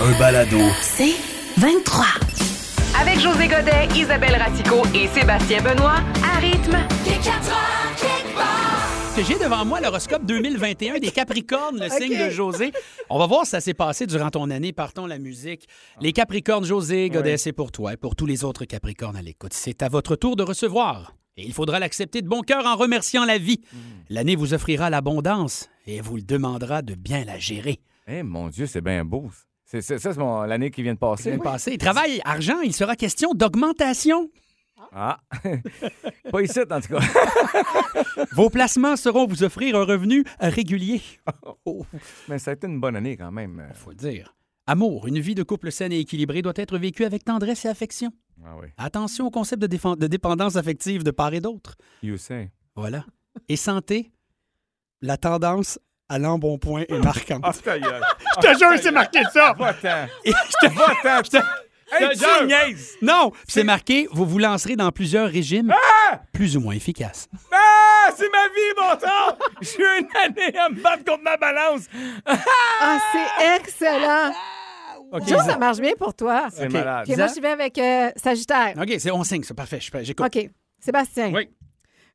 Un balado. C'est 23. Avec José Godet, Isabelle Ratico et Sébastien Benoît, à rythme. que j'ai devant moi l'horoscope 2021 des Capricornes, le signe de José. On va voir si ça s'est passé durant ton année. Partons la musique. Les Capricornes, José, Godet, c'est pour toi et pour tous les autres Capricornes à l'écoute. C'est à votre tour de recevoir. Et il faudra l'accepter de bon cœur en remerciant la vie. L'année vous offrira l'abondance et vous le demandera de bien la gérer. Eh mon Dieu, c'est bien beau. ça. C'est, c'est- ça, c'est mon- l'année qui vient de passer. C'est oui. passé. Travail, argent, il sera question d'augmentation. Ah. Pas ici, en tout cas. Vos placements seront vous offrir un revenu régulier. Oh. Mais ça a été une bonne année quand même. euh, faut le dire. Amour, une vie de couple saine et équilibrée doit être vécue avec tendresse et affection. Ah oui. Attention au concept de, défen- de dépendance affective de part et d'autre. You say. Voilà. Et santé, la tendance à l'embonpoint est marquante. Ah, ta gueule. Je te jure, c'est marqué ça! Va-t'en. Et je te- Va-t'en. je te- Hey, je te jure. tu niaises. Non! Puis C'est marqué, vous vous lancerez dans plusieurs régimes plus ou moins efficaces. Ah, c'est ma vie, mon temps. J'ai une année à me battre contre ma balance. Ah, c'est excellent. OK, Joe, Isa- ça marche bien pour toi. C'est Ok. malade. OK, moi, je vais avec euh, Sagittaire. OK, c'est on signe, c'est parfait. je- J'écoute. OK. Sébastien. Oui.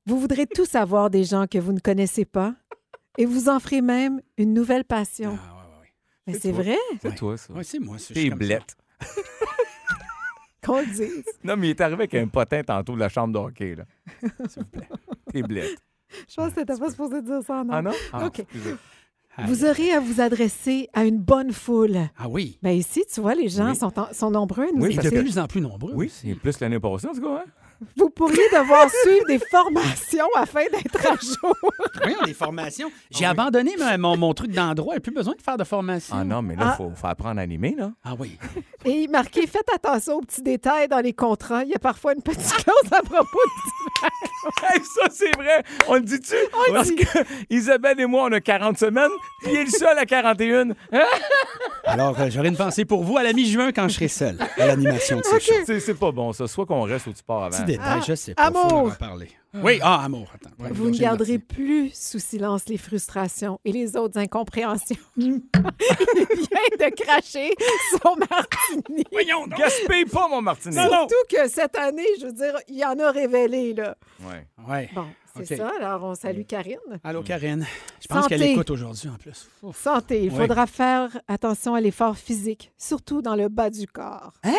Vous voudrez tout savoir des gens que vous ne connaissez pas et vous en ferez même une nouvelle passion. Ah, ouais, ouais, ouais. Mais c'est c'est toi. vrai C'est Ouais. toi, ça. Ouais, c'est moi. c'est- je suis T'es comme ça. blette. qu'on le dise. Non, mais il est arrivé avec un potin tantôt de la chambre de hockey, là. S'il vous plaît. T'es blette. Je pense que t'étais pas supposé dire ça, non? Ah non? Ah, OK. excusez. Vous aurez à vous adresser à une bonne foule. Ah oui. Ben ici, tu vois, les gens Oui. sont, en- sont nombreux. à nous Oui, Et parce de que- plus en plus nombreux. Oui, c'est plus l'année passée, en tout cas. Hein? Vous pourriez devoir suivre des formations afin d'être à jour. Voyons, les formations. J'ai abandonné ma- mon, mon truc d'endroit. Il n'y a plus besoin de faire de formation. Ah non, mais là, il Ah. faut, faut apprendre à animer, là. Ah oui. Et marquez, faites attention aux petits détails dans les contrats. Il y a parfois une petite clause à propos de Hey, ça, c'est vrai. On le dit-tu? le Parce dit. que Isabelle et moi, on a 40 semaines, puis il est le seul à 41. Hein? Alors, euh, j'aurai une pensée pour vous à la mi-juin quand je serai seul à l'animation de ce show. C'est, c'est pas bon, ça. Soit qu'on reste ou tu pars avant. Petit détail, je sais pas. Ah. Amour. Faut leur en parler. Oui, ah, amour. Attends, ouais, Vous ne j'ai le garderez plus sous silence les frustrations et les autres incompréhensions. Il vient de cracher son martini. Voyons donc. Gaspille pas, mon Martinet. Surtout que cette année, je veux dire, il en a révélé, là. Ouais. marqué. Ouais. Bon, c'est OK. ça. Alors, on salue Karine. Allô, Karine. Je pense Santé. qu'elle écoute aujourd'hui en plus. Ouf. Santé, il Oui. faudra faire attention à l'effort physique, surtout dans le bas du corps. Hein?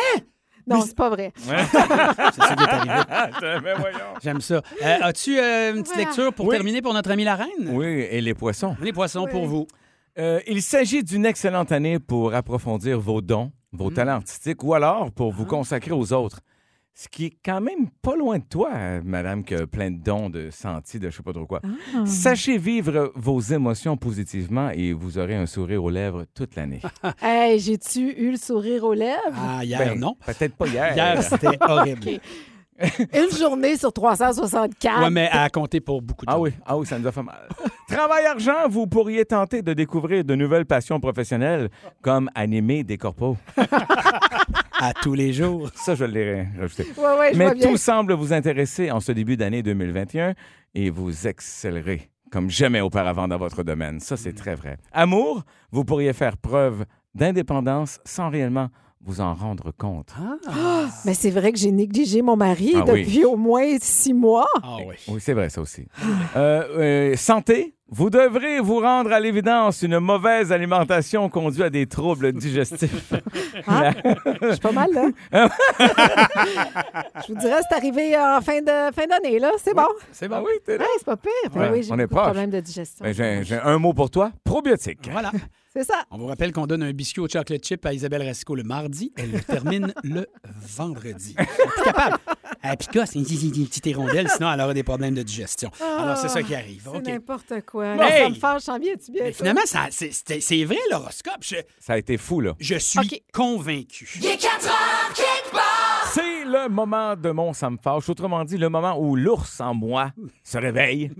Non, c'est pas vrai. C'est ça qui est arrivé. Ah, Mais voyons. J'aime ça. Euh, As-tu euh, une petite Voilà. lecture pour Oui. terminer pour notre amie la reine? Oui, et les poissons. Les poissons pour vous. Euh, il s'agit d'une excellente année pour approfondir vos dons, vos Mm. talents artistiques, ou alors pour Ah. vous consacrer aux autres. Ce qui est quand même pas loin de toi, euh, madame, que plein de dons, de sentis, de je sais pas trop quoi. Ah. Sachez vivre vos émotions positivement et vous aurez un sourire aux lèvres toute l'année. Hey, j'ai-tu eu le sourire aux lèvres? Ah, hier, Ben, non. Peut-être pas hier. Hier, c'était horrible. Une journée sur 364. Ouais, mais à compter pour beaucoup de Ah gens. oui, ah oui, ça nous a fait mal. Travail argent, vous pourriez tenter de découvrir de nouvelles passions professionnelles comme animer des corpos. À tous les jours. Ça, je l'ai rajouté. Ouais, ouais, je vois Mais bien. tout semble vous intéresser en ce début d'année 2021 et vous excellerez comme jamais auparavant dans votre domaine. Ça, c'est très vrai. Amour, vous pourriez faire preuve d'indépendance sans réellement vous en rendre compte. Ah Mais c'est vrai que j'ai négligé mon mari Ah oui. depuis au moins six mois. Ah oui. Oui, c'est vrai, ça aussi. Euh, euh, santé, vous devrez vous rendre à l'évidence, une mauvaise alimentation conduit à des troubles digestifs. Ah, Je suis pas mal, là. je vous dirais, c'est arrivé en fin de fin d'année, là. C'est bon. C'est Ah bon. oui, t'es là. Hey, c'est pas pire. Ben Ouais, oui, j'ai on beaucoup est de proche. problèmes de digestion. Ben, J'ai j'ai un mot pour toi, probiotique. Voilà. C'est ça. On vous rappelle qu'on donne un biscuit au chocolate chip à Isabelle Rasco le mardi. Elle le termine le vendredi. Elle est plus capable. Elle picosse une petite- une petite hirondelle, sinon elle aura des problèmes de digestion. Alors, c'est ça qui arrive. Ah, C'est OK. n'importe quoi. fois. Là, Hey! Ça me fâche, j'en viens, tu bien. Mais finalement, ça- c'est- c'est c'est vrai l'horoscope. Je, Ça a été fou, là. je suis OK. convaincu. C'est le moment de mon ça me fâche. Autrement dit, le moment où l'ours en moi se réveille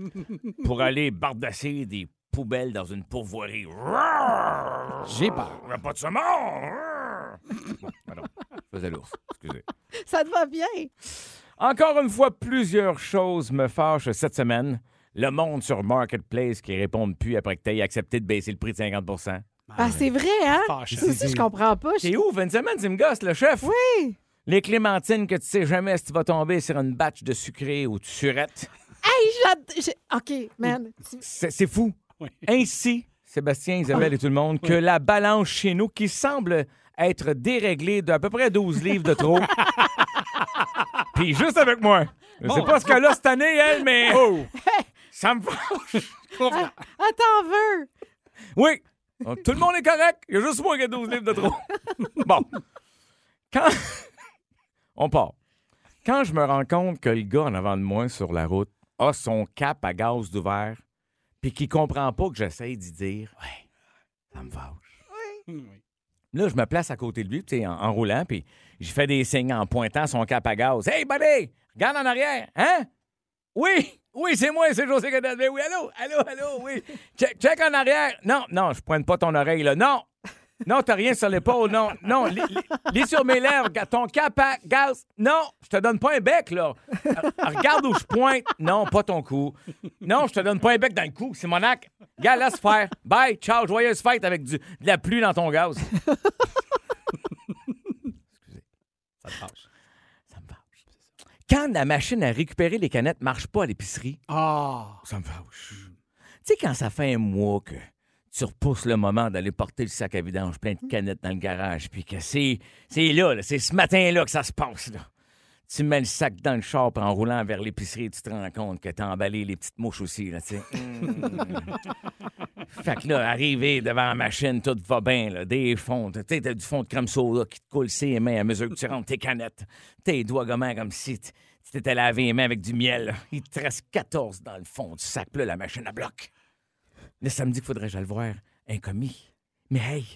pour aller bardasser des poubelles dans une pourvoirie. Roar! J'ai peur. Il n'y a pas de saumon! Roar! Bon, pardon, je faisais l'ours. Excusez. Ça te va bien. Encore une fois, plusieurs choses me fâchent cette semaine. Le monde sur Marketplace qui répond plus après que tu accepté de baisser le prix de 50 Ah, c'est vrai, hein? Fâche. Ça aussi, je comprends pas. Je- T'es ouf, une semaine, tu me gosses, le chef. Oui. Les clémentines que tu sais jamais si tu vas tomber sur une batch de sucré ou de surette. Hey, j'ad- j'ai- OK, man. Tu- C'est c'est fou. Oui. Ainsi, Sébastien, Isabelle et tout le monde, que la balance chez nous, qui semble être déréglée d'à peu près 12 livres de trop. Puis juste avec moi. Je sais pas ce qu'elle a cette année, elle, mais. Ça me fâche. Ah, ah, t'en veux? Oui. Donc, tout le monde est correct. Il y a juste moi qui ai 12 livres de trop. Bon. Quand. On part. Quand je me rends compte que le gars en avant de moi sur la route a son cap à gaz d'ouvert, puis qu'il comprend pas que j'essaye d'y dire, ça me fâche. Hmm, Là, je me place à côté de lui, tu sais, en, en roulant, puis j'ai fait des signes en pointant son cap à gaz. Hey, buddy, regarde en arrière, hein? Oui, oui, c'est moi, c'est José Godet. Mais oui, allô, allô, allô, oui. Check, check en arrière. Non, non, je pointe pas ton oreille, là. Non, non, t'as rien sur l'épaule, non. Non, lis, lis- lis sur mes lèvres, ga- ton cap à gaz. Non, je te donne pas un bec, là. R- Regarde où je pointe. Non, pas ton cou. Non, je te donne pas un bec dans le cou, c'est mon acte. Gars, laisse faire. Bye, ciao, joyeuse fête avec du, de la pluie dans ton gaz. Ça te fâche. Ça me fâche. Quand la machine à récupérer les canettes marche pas à l'épicerie, Ah, Ça me fâche. Tu sais, quand ça fait un mois que tu repousses le moment d'aller porter le sac à vidange plein de canettes dans le garage, puis que c'est, c'est là, là, c'est ce matin-là que ça se passe. Là. Tu mets le sac dans le char, puis en roulant vers l'épicerie, tu te rends compte que t'as emballé les petites mouches aussi. Là, tu sais. Fait que là, arrivé devant la machine, tout va bien. Là. Des fonds, tu sais, t'as du fond de crème soda qui te coule ses mains à mesure que tu rentres tes canettes. Tes doigts gommants comme si t- tu t'étais lavé les mains avec du miel. là. Il te reste 14 dans le fond du sac. Puis là, la machine à bloc. Le samedi qu'il faudrait que j'aille voir un commis. Mais hey,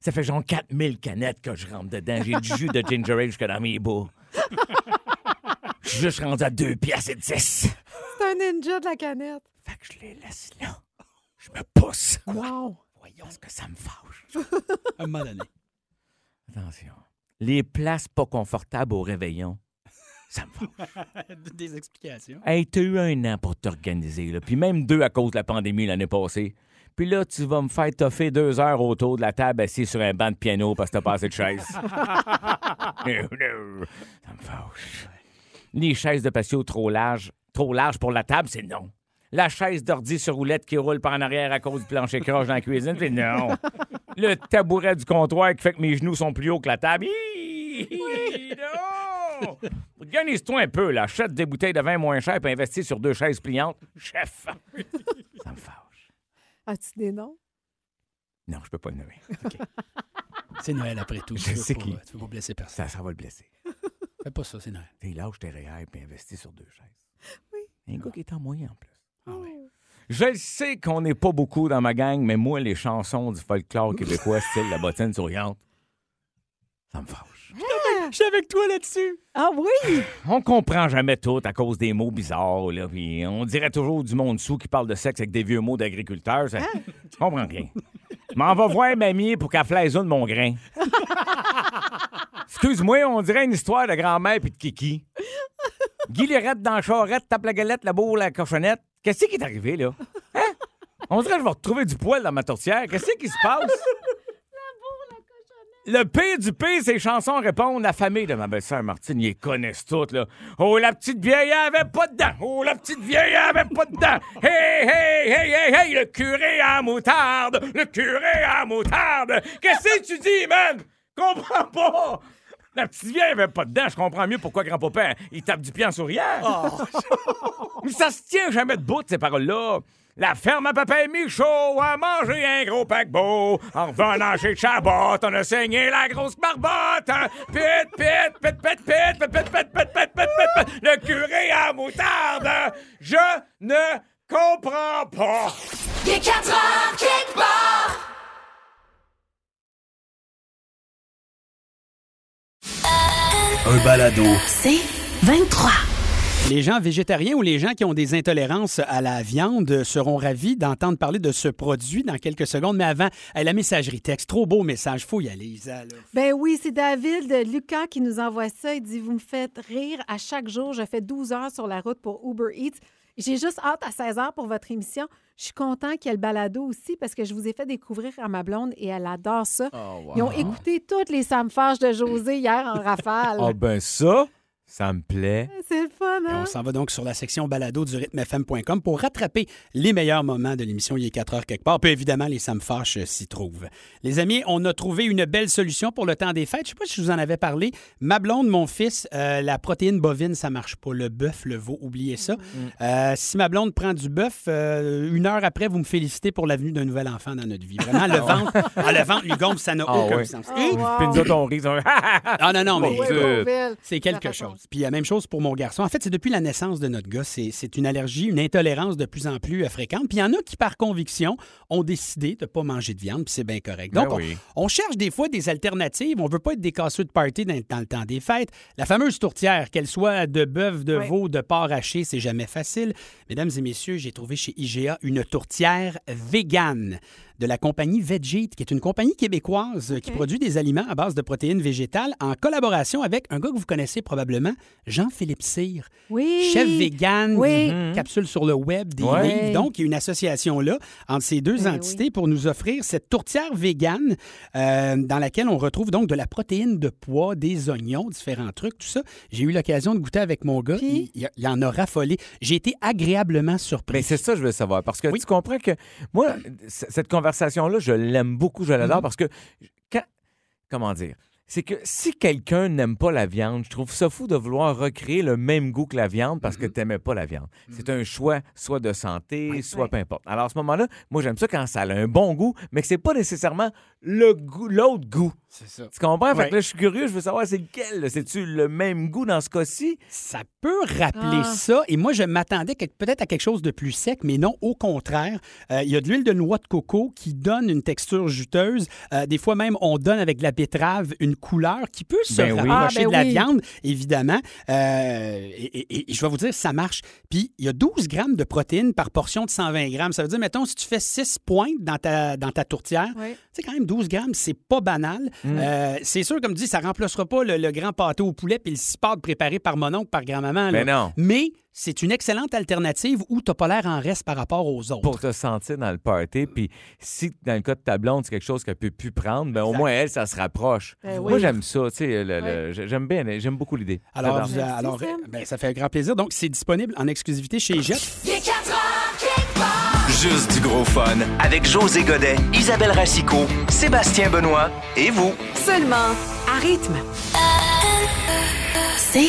ça fait genre 4000 canettes que je rentre dedans. J'ai du jus de ginger ale jusque dans mes bouts. Je suis juste rendu à deux pièces et 10. C'est un ninja de la canette. Fait que je les laisse là. Je me pousse. Wow. Voyons ce que ça me fâche. à un moment donné. Attention. Les places pas confortables au réveillon, ça me fâche. Des explications. Hey, t'as eu un an pour t'organiser, là. Puis même deux à cause de la pandémie l'année passée. Puis là, tu vas me faire toffer deux heures autour de la table assis sur un banc de piano parce que t'as pas assez de chaises. Non, non. ça me fâche. Les chaises de patio trop larges, trop larges pour la table, c'est non. La chaise d'ordi sur roulette qui roule par en arrière à cause du plancher croche dans la cuisine, c'est non. Le tabouret du comptoir qui fait que mes genoux sont plus hauts que la table. Hi! non! Organise-toi un peu, là. Achète des bouteilles de vin moins chères puis investis sur deux chaises pliantes. Chef! Ça me fâche. As-tu des noms? Non, je peux pas le nommer. C'est Noël après tout. Je Tu veux sais pas- qui. Tu veux pas blesser personne. Ça, ça va le blesser. Fais pas ça, c'est Noël. T'es lâche tes réhab puis investis sur deux chaises. Oui. Un gars qui est en moyen, en plus. Ah ouais. Je le sais qu'on n'est pas beaucoup dans ma gang, mais moi, les chansons du folklore québécois, style La bottine souriante, ça me fâche. Je suis avec toi là-dessus. Ah oui! On comprend jamais tout à cause des mots bizarres, là, puis on dirait toujours du monde sous qui parle de sexe avec des vieux mots d'agriculteurs. Ça... Je comprends rien. M'en va voir mamie pour qu'elle flaise une de mon grain. Excuse-moi, on dirait une histoire de grand-mère puis de kiki. Guy Lirette dans la charrette, tape la galette, la boule, la cochonnette. Qu'est-ce qui est arrivé, là? Hein? On dirait que je vais retrouver du poil dans ma tourtière. Qu'est-ce qui se passe? Le pire du pire, ces chansons répondent. La famille de ma belle-sœur Martine, ils les connaissent toutes, là. Oh, la petite vieille, elle avait pas de dents. Oh, la petite vieille, elle avait pas de dents. Hey, hey, hey, hey, hey, le curé à moutarde. Le curé à moutarde. Qu'est-ce que tu dis, man? Comprends pas. La petite vieille avait pas de dents. Je comprends mieux pourquoi grand-papa, il tape du pied en souriant. Mais ça se tient jamais debout, ces paroles-là. La ferme à papa et Michaud a mangé un gros paquebot. En revenant chez Chabot, on a saigné la grosse barbotte. Pit, pit, pit, pit, pit, pit, pit, pit, pit, pit, pit, pit, pit. Le curé à moutarde. Je ne comprends pas. Il est 4 heures quelque part. Un balado. C'est 23. Les gens végétariens ou les gens qui ont des intolérances à la viande seront ravis d'entendre parler de ce produit dans quelques secondes. Mais avant, hey, la messagerie texte, trop beau message, faut y aller, Isa. là. Ben oui, c'est David de Lucas qui nous envoie ça. Il dit Vous me faites rire à chaque jour. Je fais 12 heures sur la route pour Uber Eats. J'ai juste hâte à 16 heures pour votre émission. Je suis content qu'il y ait le balado aussi parce que je vous ai fait découvrir à ma blonde et elle adore ça. Ah, Ils ont écouté toutes les samfages de José hier en rafale. Ah, ben ça, ça me plaît. C'est le fun, Et hein? ben, On s'en va donc sur la section balado du rythmefm.com pour rattraper les meilleurs moments de l'émission Il est 4 heures quelque part. Puis évidemment, les samfâches s'y trouvent. Les amis, on a trouvé une belle solution pour le temps des fêtes. Je sais pas si je vous en avais parlé. Ma blonde, mon fils, euh, la protéine bovine, ça marche pas. Le bœuf, le veau, oubliez Mm. ça. Euh, si ma blonde prend du bœuf, euh, une heure après, vous me félicitez pour l'avenue d'un nouvel enfant dans notre vie. Vraiment, le ventre, ah, le ventre lui gonfle, ça n'a Ah aucun ouais. sens. Oh, wow. Puis nous autres, on rit. on- Ah non, non, mais Ouais, Oui, euh, Beauville. c'est La quelque façon. chose. Puis la même chose pour mon garçon. En fait, c'est depuis la naissance de notre gars. C'est c'est une allergie, une intolérance de plus en plus euh, fréquente. Puis il y en a qui, par conviction, ont décidé de ne pas manger de viande, puis c'est bien correct. Ben Donc, on- oui. on, cherche des fois des alternatives. On veut pas être des casseux de party dans, dans le temps des fêtes. La fameuse tourtière, qu'elle soit de bœuf, de Oui. veau, de porc haché, c'est jamais facile. Mesdames et messieurs, j'ai trouvé chez IGA une tourtière végane de la compagnie Veggie, qui est une compagnie québécoise euh, qui OK. produit produit des aliments à base de protéines végétales en collaboration avec un gars que vous connaissez probablement, Jean-Philippe Cyr, Oui. chef vegan, Oui. capsule sur le web, des Ouais. livres. Donc, il y a une association là entre ces deux Ben entités pour nous offrir cette tourtière végane euh, dans laquelle on retrouve donc de la protéine de pois, des oignons, différents trucs, tout ça. J'ai eu l'occasion de goûter avec mon gars. Puis? Il, il en a raffolé. J'ai été agréablement surpris. Mais Ben, c'est ça que je veux savoir. Parce que Oui. tu comprends que moi, c- cette conversation-là, je l'aime beaucoup, je Mm-hmm. l'adore parce que quand. Comment dire? C'est que si quelqu'un n'aime pas la viande, je trouve ça fou de vouloir recréer le même goût que la viande parce Mm-hmm. que tu n'aimais pas la viande. C'est un choix, soit de santé, soit peu importe. Alors à ce moment-là, moi j'aime ça quand ça a un bon goût, mais que c'est pas nécessairement le goût, l'autre goût. C'est ça. Tu comprends? Fait Ouais. que là, je suis curieux, je veux savoir c'est lequel. là. C'est-tu le même goût dans ce cas-ci? Ça peut rappeler Ah. ça. Et moi, je m'attendais que- peut-être à quelque chose de plus sec, mais non, au contraire. Euh, il y a de l'huile de noix de coco qui donne une texture juteuse. Euh, des fois même, on donne avec de la betterave une couleur qui peut se Ben oui. rapprocher Ah, ben de la oui. viande, évidemment. Euh, et, et- et je vais vous dire, ça marche. Puis, il y a 12 grammes de protéines par portion de 120 grammes. Ça veut dire, mettons, si tu fais 6 pointes dans ta, dans ta tourtière, Oui. tu sais, quand même, 12 grammes, c'est pas banal. Mm. Euh, c'est sûr, comme dit, ça remplacera pas le, le grand pâté au poulet puis le cipard préparé par mon oncle, par grand-maman. là. Ben non. Mais c'est une excellente alternative où t'as pas l'air en reste par rapport aux autres. pour te sentir dans le party. Puis si, dans le cas de ta blonde, c'est quelque chose qu'elle peut plus prendre, ben, au moins, elle, ça se rapproche. Ben Moi, oui. j'aime ça. tu sais, le- le- J'aime bien, j'aime beaucoup l'idée. Alors, J'adore. vous- Merci, alors Sam. ben, ça fait un grand plaisir. Donc, c'est disponible en exclusivité chez Jet. Il est 4 heures quelque part. Juste du gros fun. Avec José Godet, Isabelle Racicot, Sébastien Benoît et vous. Seulement à rythme. C'est